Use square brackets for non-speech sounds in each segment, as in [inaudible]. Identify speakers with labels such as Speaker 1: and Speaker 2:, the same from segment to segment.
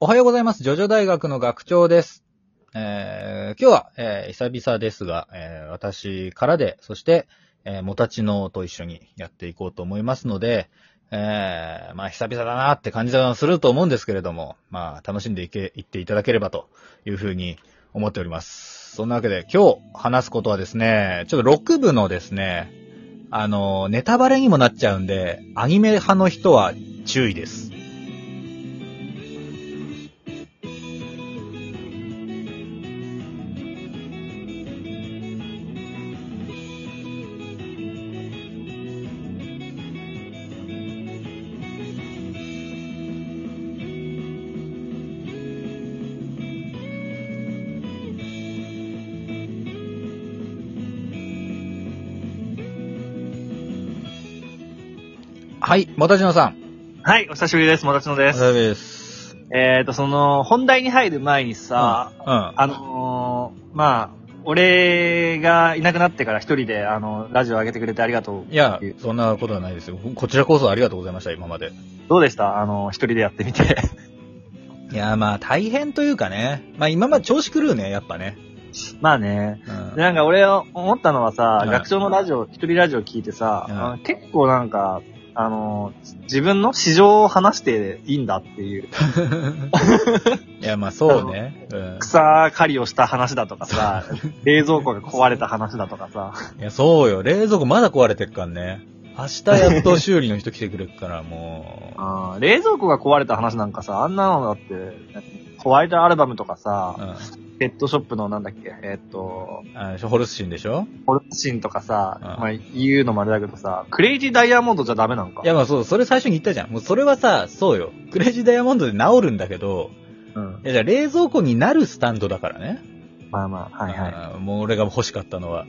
Speaker 1: おはようございます。ジョジョ大学の学長です。えー今日は、えー久々ですが、えー私からで、そして、えーもたちのと一緒にやっていこうと思いますので、えーまあ、久々だなって感じがすると思うんですけれども、まあ、楽しんでいけ、いっていただければというふうに思っております。そんなわけで、今日話すことはですね、ちょっと6部のですね、あの、ネタバレにもなっちゃうんで、アニメ派の人は注意です。はい、もたちのさん。
Speaker 2: はい、お久しぶりです。もたちのです。
Speaker 1: ぶりです。
Speaker 2: えっ、ー、と、その、本題に入る前にさ、
Speaker 1: うん。
Speaker 2: あのーまあ、俺がいなくなってから一人で、あの、ラジオ上げてくれてありがとう。
Speaker 1: いや、そんなことはないですよ。こちらこそありがとうございました、今まで。
Speaker 2: どうでしたあの、一人でやってみて。
Speaker 1: いや、まあ、大変というかね。まあ、今まで調子狂うね、やっぱね。
Speaker 2: [laughs] まあね。
Speaker 1: うん
Speaker 2: でなんか俺思ったのはさ、
Speaker 1: い
Speaker 2: 学長のラジオ、一人ラジオ聞いてさ、
Speaker 1: うん
Speaker 2: あの結構なんか、あの、自分の市場を話していいんだっていう、
Speaker 1: いや、まあ、そうね。うん。
Speaker 2: 草刈りをした話だとか [laughs] さ、冷蔵庫が壊れた話だとかさ、
Speaker 1: いや、そうよ。冷蔵庫まだ壊れてっからね。明日やっと修理の人来てくれるから、も
Speaker 2: あー冷蔵庫が壊れた話なんかさ、あんなのだって、ホワイトアルバムとか
Speaker 1: う。う
Speaker 2: さ、
Speaker 1: ん。
Speaker 2: ペットショップのなんだっけ、えーっと、
Speaker 1: あホルスシンでしょ
Speaker 2: ホルシンとかさ、
Speaker 1: うん
Speaker 2: まあ言うのもあれだけどさ、クレイジーダイヤモンドじゃダメなんか。
Speaker 1: いや、まあ、そう、それ最初に言ったじゃん。もう、それはさ、そうよ。クレイジーダイヤモンドで治るんだけど、
Speaker 2: うん
Speaker 1: い。や、じゃあ冷蔵庫になるスタンドだからね。
Speaker 2: まあまあ、はいは
Speaker 1: あーもう俺が欲しかった [laughs] のは。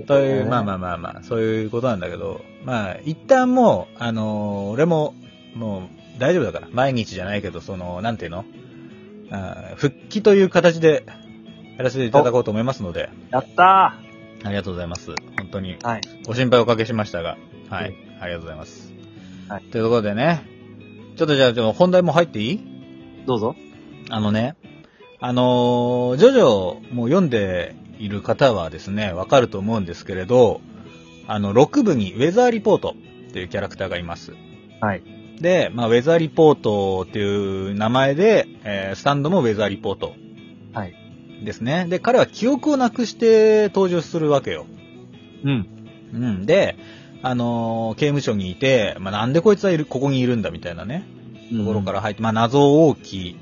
Speaker 2: い。
Speaker 1: という、まあま
Speaker 2: あ。
Speaker 1: あまあまあ、そういうことなんだけど、まあ、一旦もう、あのー俺も、もう、大丈夫だから。毎日じゃないけど、その、なんていうのあー復帰という形で、やらせていただこうと思いますので、
Speaker 2: やった
Speaker 1: ありがとうございます。本当に、
Speaker 2: ーはい。
Speaker 1: ご心配おかけしましたが、は
Speaker 2: う
Speaker 1: い、ありがとうございます。
Speaker 2: はい
Speaker 1: ということでね、ちょっとじゃあ、ちょっと本題も入っていい
Speaker 2: どうぞ。
Speaker 1: あのね、あのージョジョも読んでいる方はですね、わかると思うんですけれど、あの、6部にウェザーリポートっていうキャラクターがいます。
Speaker 2: はい。
Speaker 1: で、まあ、ウェザーリポートっていう名前で、えースタンドもウェザーリポート
Speaker 2: はい。
Speaker 1: ですね。で、彼は記憶をなくして登場するわけよ。
Speaker 2: うん。
Speaker 1: うん。で、あのー刑務所にいて、まあ、なんでこいつはいる、ここにいるんだみたいなね、ところから入って、まあ、謎大きい、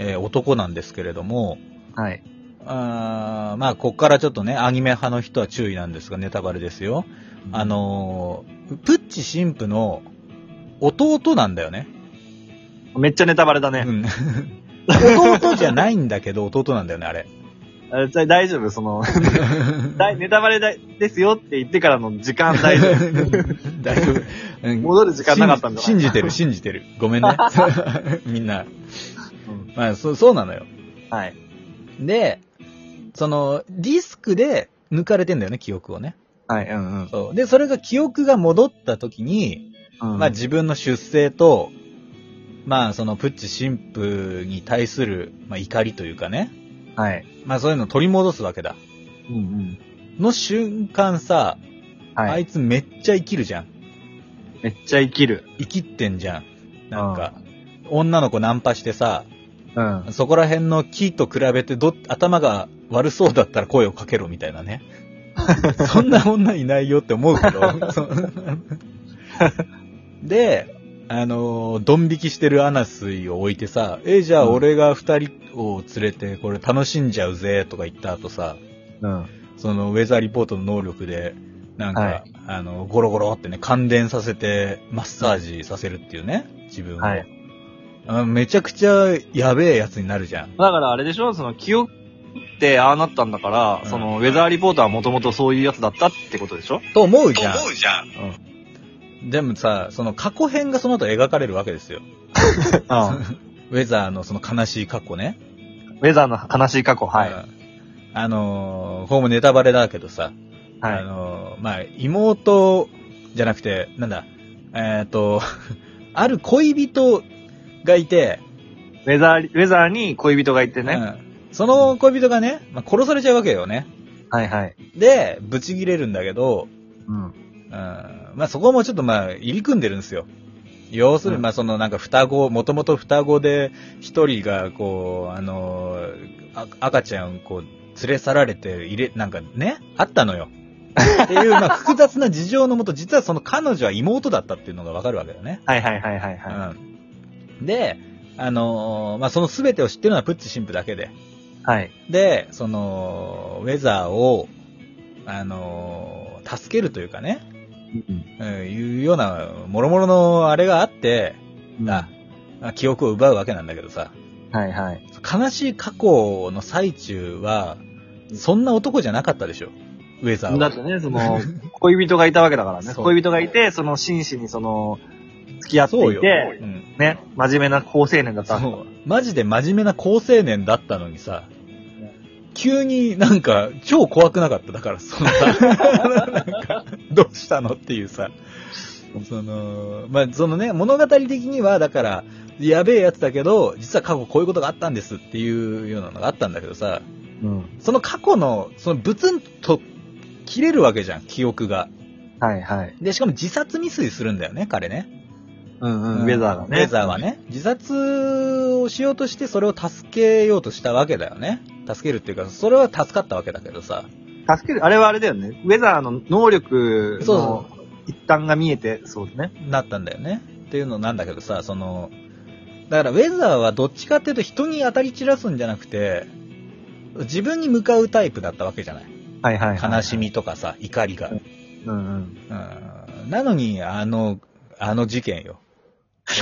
Speaker 1: えー男なんですけれども、
Speaker 2: ら。はい。
Speaker 1: あーまあ、ここからちょっとね、アニメ派の人は注意なんですが、ネタバレですよ。あ、のープッチ神父の弟なんだよね。
Speaker 2: めっちゃネタバレだね
Speaker 1: う。ん弟じゃないんだけど、弟なんだよね、あれ。
Speaker 2: あじゃあ大丈夫その、 [laughs] だいネタバレだですよって言ってからの時間
Speaker 1: [laughs]
Speaker 2: 大丈夫。
Speaker 1: 大丈夫。うん
Speaker 2: 戻る時間なかったんだ
Speaker 1: 信じ信じてる、信じてる。ご
Speaker 2: [laughs]
Speaker 1: めんね。みんな。まあ、そう、そうなのよ。
Speaker 2: はい。
Speaker 1: で、その、ディスクで抜かれてんだよね、記憶をね。
Speaker 2: はい、うん
Speaker 1: そう。で、それが記憶が戻った時に、
Speaker 2: うん。
Speaker 1: まあ、自分の出生と、まあそのプッチ神父に対する、まあ、怒りというかね、
Speaker 2: はい。
Speaker 1: まあそういうのを取り戻すわけだ。
Speaker 2: うんうん。
Speaker 1: の瞬間さ、
Speaker 2: はい。
Speaker 1: あいつめっちゃ生きるじゃん。
Speaker 2: めっちゃ生きる。
Speaker 1: 生きってんじゃん。なんか、女の子ナンパしてさ、
Speaker 2: うん。
Speaker 1: そこら辺の木と比べてど、頭が悪そうだったら声をかけろみたいな
Speaker 2: [laughs]
Speaker 1: ね。そんな女いないよって思うけど。そうで、あのードン引きしてるアナスイを置いてさ、え、じゃあ俺が二人を連れてこれ楽しんじゃうぜとか言った後さ、
Speaker 2: うん。
Speaker 1: そのウェザーリポートの能力で、なんか、
Speaker 2: はい
Speaker 1: あの、ゴロゴロってね、感電させて、マッサージさせるっていうね、自分を。
Speaker 2: はい
Speaker 1: あめちゃくちゃやべえやつになるじゃん。
Speaker 2: だからあれでしょその記憶ってああなったんだから、
Speaker 1: うん
Speaker 2: そのウェザーリポーターはもともとそういうやつだったってことでしょ
Speaker 1: と思うじゃん。
Speaker 2: うじゃん。
Speaker 1: でもさ、その過去編がその後描かれるわけですよ。
Speaker 2: うん。
Speaker 1: [laughs] ウェザーのその悲しい過去ね。
Speaker 2: ウェザーの悲しい過去、はい。
Speaker 1: うん。あのー、これもネタバレだけどさ、あ
Speaker 2: はい。
Speaker 1: のー、まあ、 [laughs] 妹じゃなくて、なんだ、えっ、と、ある恋人がいて、
Speaker 2: ウェザー、ウェザーに恋人がいてね。
Speaker 1: うんその恋人がね、まあ殺されちゃうわけよね。
Speaker 2: はいはい。
Speaker 1: で、ブチギレるんだけど、
Speaker 2: うん。
Speaker 1: うん、まあそこもちょっとまあ入り組んでるんですよ。要する
Speaker 2: う
Speaker 1: に
Speaker 2: ん
Speaker 1: まあそのなんか双子、もともと双子で一人がこう、あのーあ赤ちゃんをこう連れ去られて入れ、なんかね、あったのよ。っていう、まあ複雑な事情のもと、実はその彼女は妹だったっていうのがわかるわけだよね。
Speaker 2: はいはいはいはいは
Speaker 1: うん。で、あのーまあその全てを知ってるのはプッチ神父だけで。
Speaker 2: い。はい。
Speaker 1: で、その、ウェザーを、あのー助けるというかね、
Speaker 2: うん。
Speaker 1: うん、いうような、諸々のあれがあって、な、まあ記憶を奪うわけなんだけどさ、
Speaker 2: はいはい。
Speaker 1: 悲しい過去の最中は、そんな男じゃなかったでしょ、ウェザー
Speaker 2: だっ
Speaker 1: は。
Speaker 2: てね、その、恋人がいたわけだからね。
Speaker 1: そう
Speaker 2: 恋人がいて、その真摯にその、付き合って
Speaker 1: そう
Speaker 2: い
Speaker 1: よ。
Speaker 2: て、
Speaker 1: うん。
Speaker 2: ね、真面目な好青年だった。
Speaker 1: そう。マジで真面目な高青年だったのにさ、急になんか超怖くなかった。だから [laughs] そのさ、なんか、どうしたのっていうさ、その、まあ、そのね、物語的には、だから、やべえやつだけど、実は過去こういうことがあったんですっていうようなのがあったんだけどさ、
Speaker 2: うん。
Speaker 1: その過去の、そのブツンと切れるわけじゃん、記憶が。
Speaker 2: はいはい。
Speaker 1: で、しかも自殺未遂するんだよね、彼ね。
Speaker 2: うんうん。ウェザーがね。
Speaker 1: ウェザーは。ね。自殺をしようとして、それを助けようとしたわけだよね。助けるっていうか、それは助かったわけだけどさ。
Speaker 2: 助ける、あれはあれだよね。ウェザーの能力
Speaker 1: そう
Speaker 2: の
Speaker 1: そ
Speaker 2: 一端が見えて、そうね。
Speaker 1: なったんだよね。っていうのなんだけどさ、その、だからウェザーはどっちかっていうと人に当たり散らすんじゃなくて、自分に向かうタイプだったわけじゃない。
Speaker 2: はいはいはい。
Speaker 1: 悲し。みとかさ、怒りが。
Speaker 2: うんうん。
Speaker 1: うんなのに、あの、あの事件よ。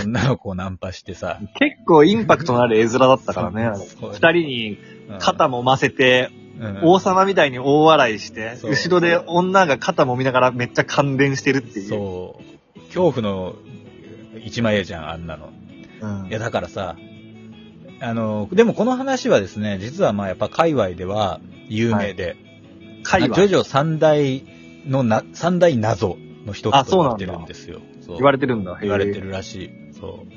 Speaker 1: 女の子をナンパしてさ。
Speaker 2: 結構インパクトのある絵面だったからね。
Speaker 1: そう
Speaker 2: 二人に肩もませて、
Speaker 1: うん
Speaker 2: 王様みたいに大笑いして、
Speaker 1: そう
Speaker 2: 後ろで女が肩もみながらめっちゃ感電してるっていう。
Speaker 1: そう。恐怖の一枚絵じゃん、あんなの。
Speaker 2: うん。
Speaker 1: いや、だからさ、あの、でもこの話はですね、実はまあやっぱ界隈では有名で、
Speaker 2: 会
Speaker 1: ジョ
Speaker 2: 話
Speaker 1: ジョ三大のな、三大謎の一
Speaker 2: あ
Speaker 1: つ
Speaker 2: そう
Speaker 1: と
Speaker 2: な
Speaker 1: 言
Speaker 2: ん
Speaker 1: っ
Speaker 2: だ
Speaker 1: てるんですよ。そう
Speaker 2: 言われてるんだ。
Speaker 1: 言われて
Speaker 2: へえ。
Speaker 1: るらしい。そう。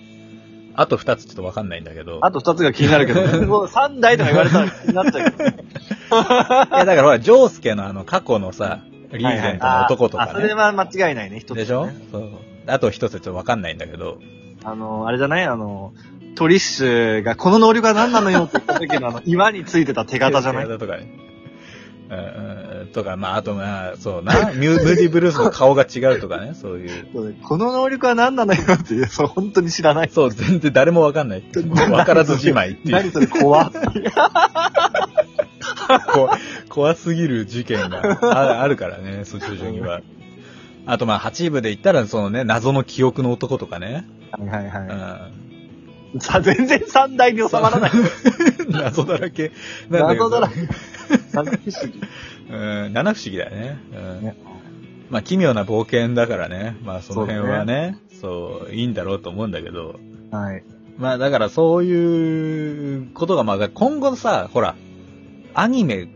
Speaker 1: あと二つちょっとわかんないんだけど。
Speaker 2: あと二つが気にな
Speaker 1: [laughs]
Speaker 2: るけど、もう三台とか言われたら気になっちゃうけど。
Speaker 1: いや、だからほら、ジョースケのあの過去のさ、 [laughs] リーゼントの男と
Speaker 2: あ
Speaker 1: か
Speaker 2: そ
Speaker 1: ね。
Speaker 2: れは間違いないね、一つ、ね。
Speaker 1: でしょそう。あと一つちょっとわかんないんだけど。
Speaker 2: あの、あれじゃないあの、トリッシュが、この能力は何なのよって言った時の、あの、岩についてた手形じゃない
Speaker 1: 手形とかね。うんうんとか、まあ、あとまあ、そうな、 [laughs] ミュームーディ・ブルースの顔が違うとかね、そういう。
Speaker 2: この能力は何なのよっていう、そう、本当に知らない。
Speaker 1: そう、全然誰もわかんない。わからずじまいっていう
Speaker 2: [laughs] 何。それ怖っ。
Speaker 1: こ怖すぎる事件がああるからね、そう徐々には。あとまあ、8部で言ったら、そのね、謎の記憶の男とかね。
Speaker 2: はいはいは
Speaker 1: うん。
Speaker 2: い。さ、全然三大に収まらない。
Speaker 1: [laughs] 謎だらけなんだけど。
Speaker 2: 謎だらけ。三不思議。
Speaker 1: うん、七不思議だよね。うん。
Speaker 2: ね
Speaker 1: まあ、奇妙な冒険だからね。まあ、その辺はね、そう、いいんだろうと思うんだけど。
Speaker 2: はい。
Speaker 1: まあ、だからそういうことが、まあ、今後さ、ほら、アニメ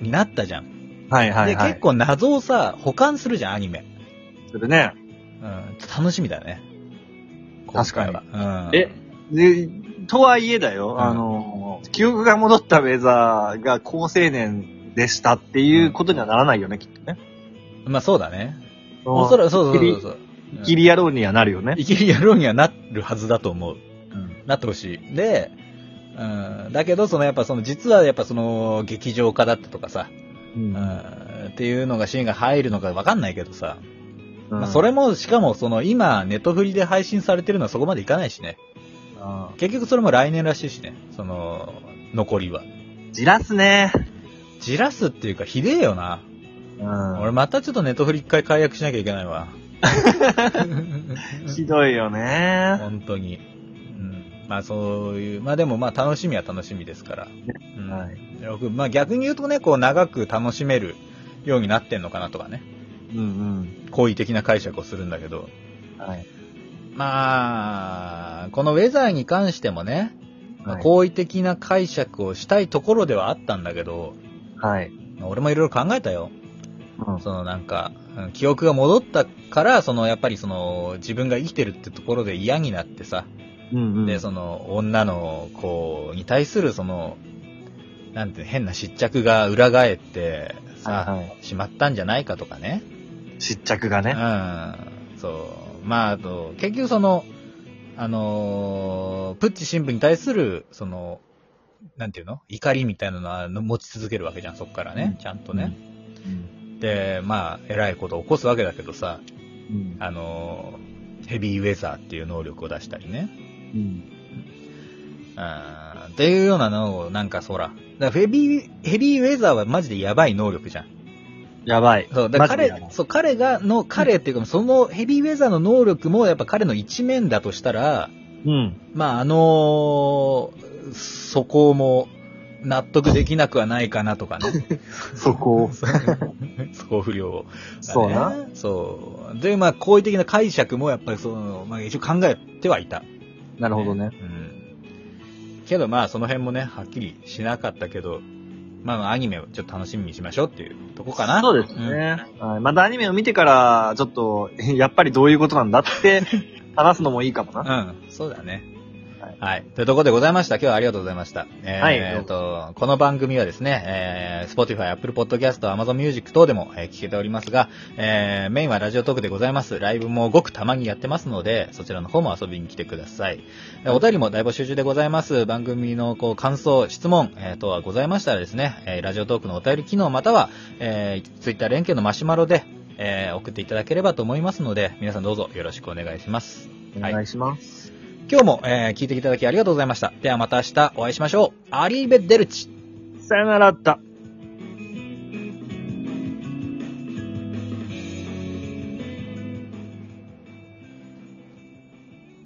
Speaker 1: になったじゃん。
Speaker 2: はいはい
Speaker 1: で、
Speaker 2: はい。
Speaker 1: 結構謎をさ、保管するじゃん、アニメ。
Speaker 2: それね。
Speaker 1: うん、楽しみだね。
Speaker 2: 確かに
Speaker 1: 今回は。うん、
Speaker 2: えで、とはいえだ
Speaker 1: う
Speaker 2: よ、
Speaker 1: ん
Speaker 2: あの、記憶が戻ったウェザーが高青年でしたっていうことにはならないよね、きっとね。
Speaker 1: まあそうだね。おそらく、そうそうそうそう。
Speaker 2: 生きり野郎にはなるよね。
Speaker 1: 生きりやろうにはなるはずだと思う。
Speaker 2: うん。
Speaker 1: なってほしい。で、うん、だけど、そのやっぱその、実はやっぱその、劇場化だったとかさ、
Speaker 2: うん
Speaker 1: うん、っていうのがシーンが入るのかわかんないけどさ、
Speaker 2: うん
Speaker 1: まあそれも、しかもその、今、ネットフリで配信されてるのはそこまでいかないしね。
Speaker 2: うん
Speaker 1: 結局それも来年らしいしね、その、残りは。
Speaker 2: じらすね。
Speaker 1: じらすっていうか、ひでえよな。
Speaker 2: うん
Speaker 1: 俺またちょっとネットフリ一回解約しなきゃいけない
Speaker 2: [laughs]
Speaker 1: わ。
Speaker 2: ひどいよ [laughs] ね。
Speaker 1: 本当に。うん、まあそういう、まあでもまあ楽しみは楽しみですから。うん
Speaker 2: は
Speaker 1: よくまあ逆に言うとね、こう長く楽しめるようになってんのかなとかね。
Speaker 2: うん
Speaker 1: 好意的な解釈をするんだけど。
Speaker 2: うん。はい。
Speaker 1: まあ、このウェザーに関してもね、まあ
Speaker 2: はい
Speaker 1: 好意的な解釈をしたいところではあったんだけど、
Speaker 2: はい。
Speaker 1: まあ俺もいろいろ考えたよ。
Speaker 2: うん
Speaker 1: そのなんか、うん記憶が戻ったから、そのやっぱりその自分が生きてるってところで嫌になってさ、
Speaker 2: うんうん。
Speaker 1: で、その、女の子に対する、その、なんていうの変な失着が裏返って、さ、
Speaker 2: はいはい
Speaker 1: しまったんじゃないかとかね。
Speaker 2: 失着が
Speaker 1: う
Speaker 2: ね。
Speaker 1: ん。そう。まあ、あと、結局その、あのープッチ神父に対する、その、なんていうの怒りみたいなのは持ち続けるわけじゃん、そっからね。ちゃんとね。
Speaker 2: うん。
Speaker 1: で、まあ、えらいことを起こすわけだけどさ、
Speaker 2: うん。
Speaker 1: あのーヘビーウェザーっていう能力を出したりね。
Speaker 2: うん。
Speaker 1: うんっていうようなのを、なんかそら、だからヘビー、ヘビーウェザーはマジでやばい能力じゃん。
Speaker 2: やばい。
Speaker 1: そう、だから
Speaker 2: マジでやば
Speaker 1: 彼、
Speaker 2: い
Speaker 1: そう、彼が、の、彼っていうか、そのヘビーウェザーの能力も、やっぱ彼の一面だとしたら、
Speaker 2: うん。
Speaker 1: まあ、あのーそこも、納得できなくはないかなとかね。
Speaker 2: そこを。
Speaker 1: そこ不良を。
Speaker 2: そうな。
Speaker 1: ね。そう。で、まあ、好意的な解釈も、やっぱりその、まあ、一応考えてはいた。
Speaker 2: なるほどね。
Speaker 1: うん。けどまあその辺もね、はっきりしなかったけど、まあまあアニメをちょっと楽しみにしましょうっていうとこかな。
Speaker 2: そうですね。はいまたアニメを見てから、ちょっと、やっぱりどういうことなんだ [laughs] って、話すのもいいかも
Speaker 1: う
Speaker 2: な。
Speaker 1: ん。うん、そうだね。は
Speaker 2: はいい、
Speaker 1: というところでございました。今日はありがとうございました。えー
Speaker 2: はい
Speaker 1: えーと、この番組はですね、えー、Spotify、Apple Podcast、Amazon Music 等でも、えー聞けておりますが、えー、メインはラジオトークでございます。ライブもごくたまにやってますので、そちらの方も遊びに来てください。えーお便りも大募集中でございます。番組のこう感想、質問、えー、等はございましたらですね、えーラジオトークのお便り機能または、えー、Twitter 連携のマシュマロで、えー送っていただければと思いますので、皆さんどうぞよろしくお願いします。
Speaker 2: お
Speaker 1: はい
Speaker 2: 願いします。
Speaker 1: 今日も、えー聞いていただきありがとうございました。ではまた明日お会いしましょう。アリーベ・デルチ。
Speaker 2: さよならだ。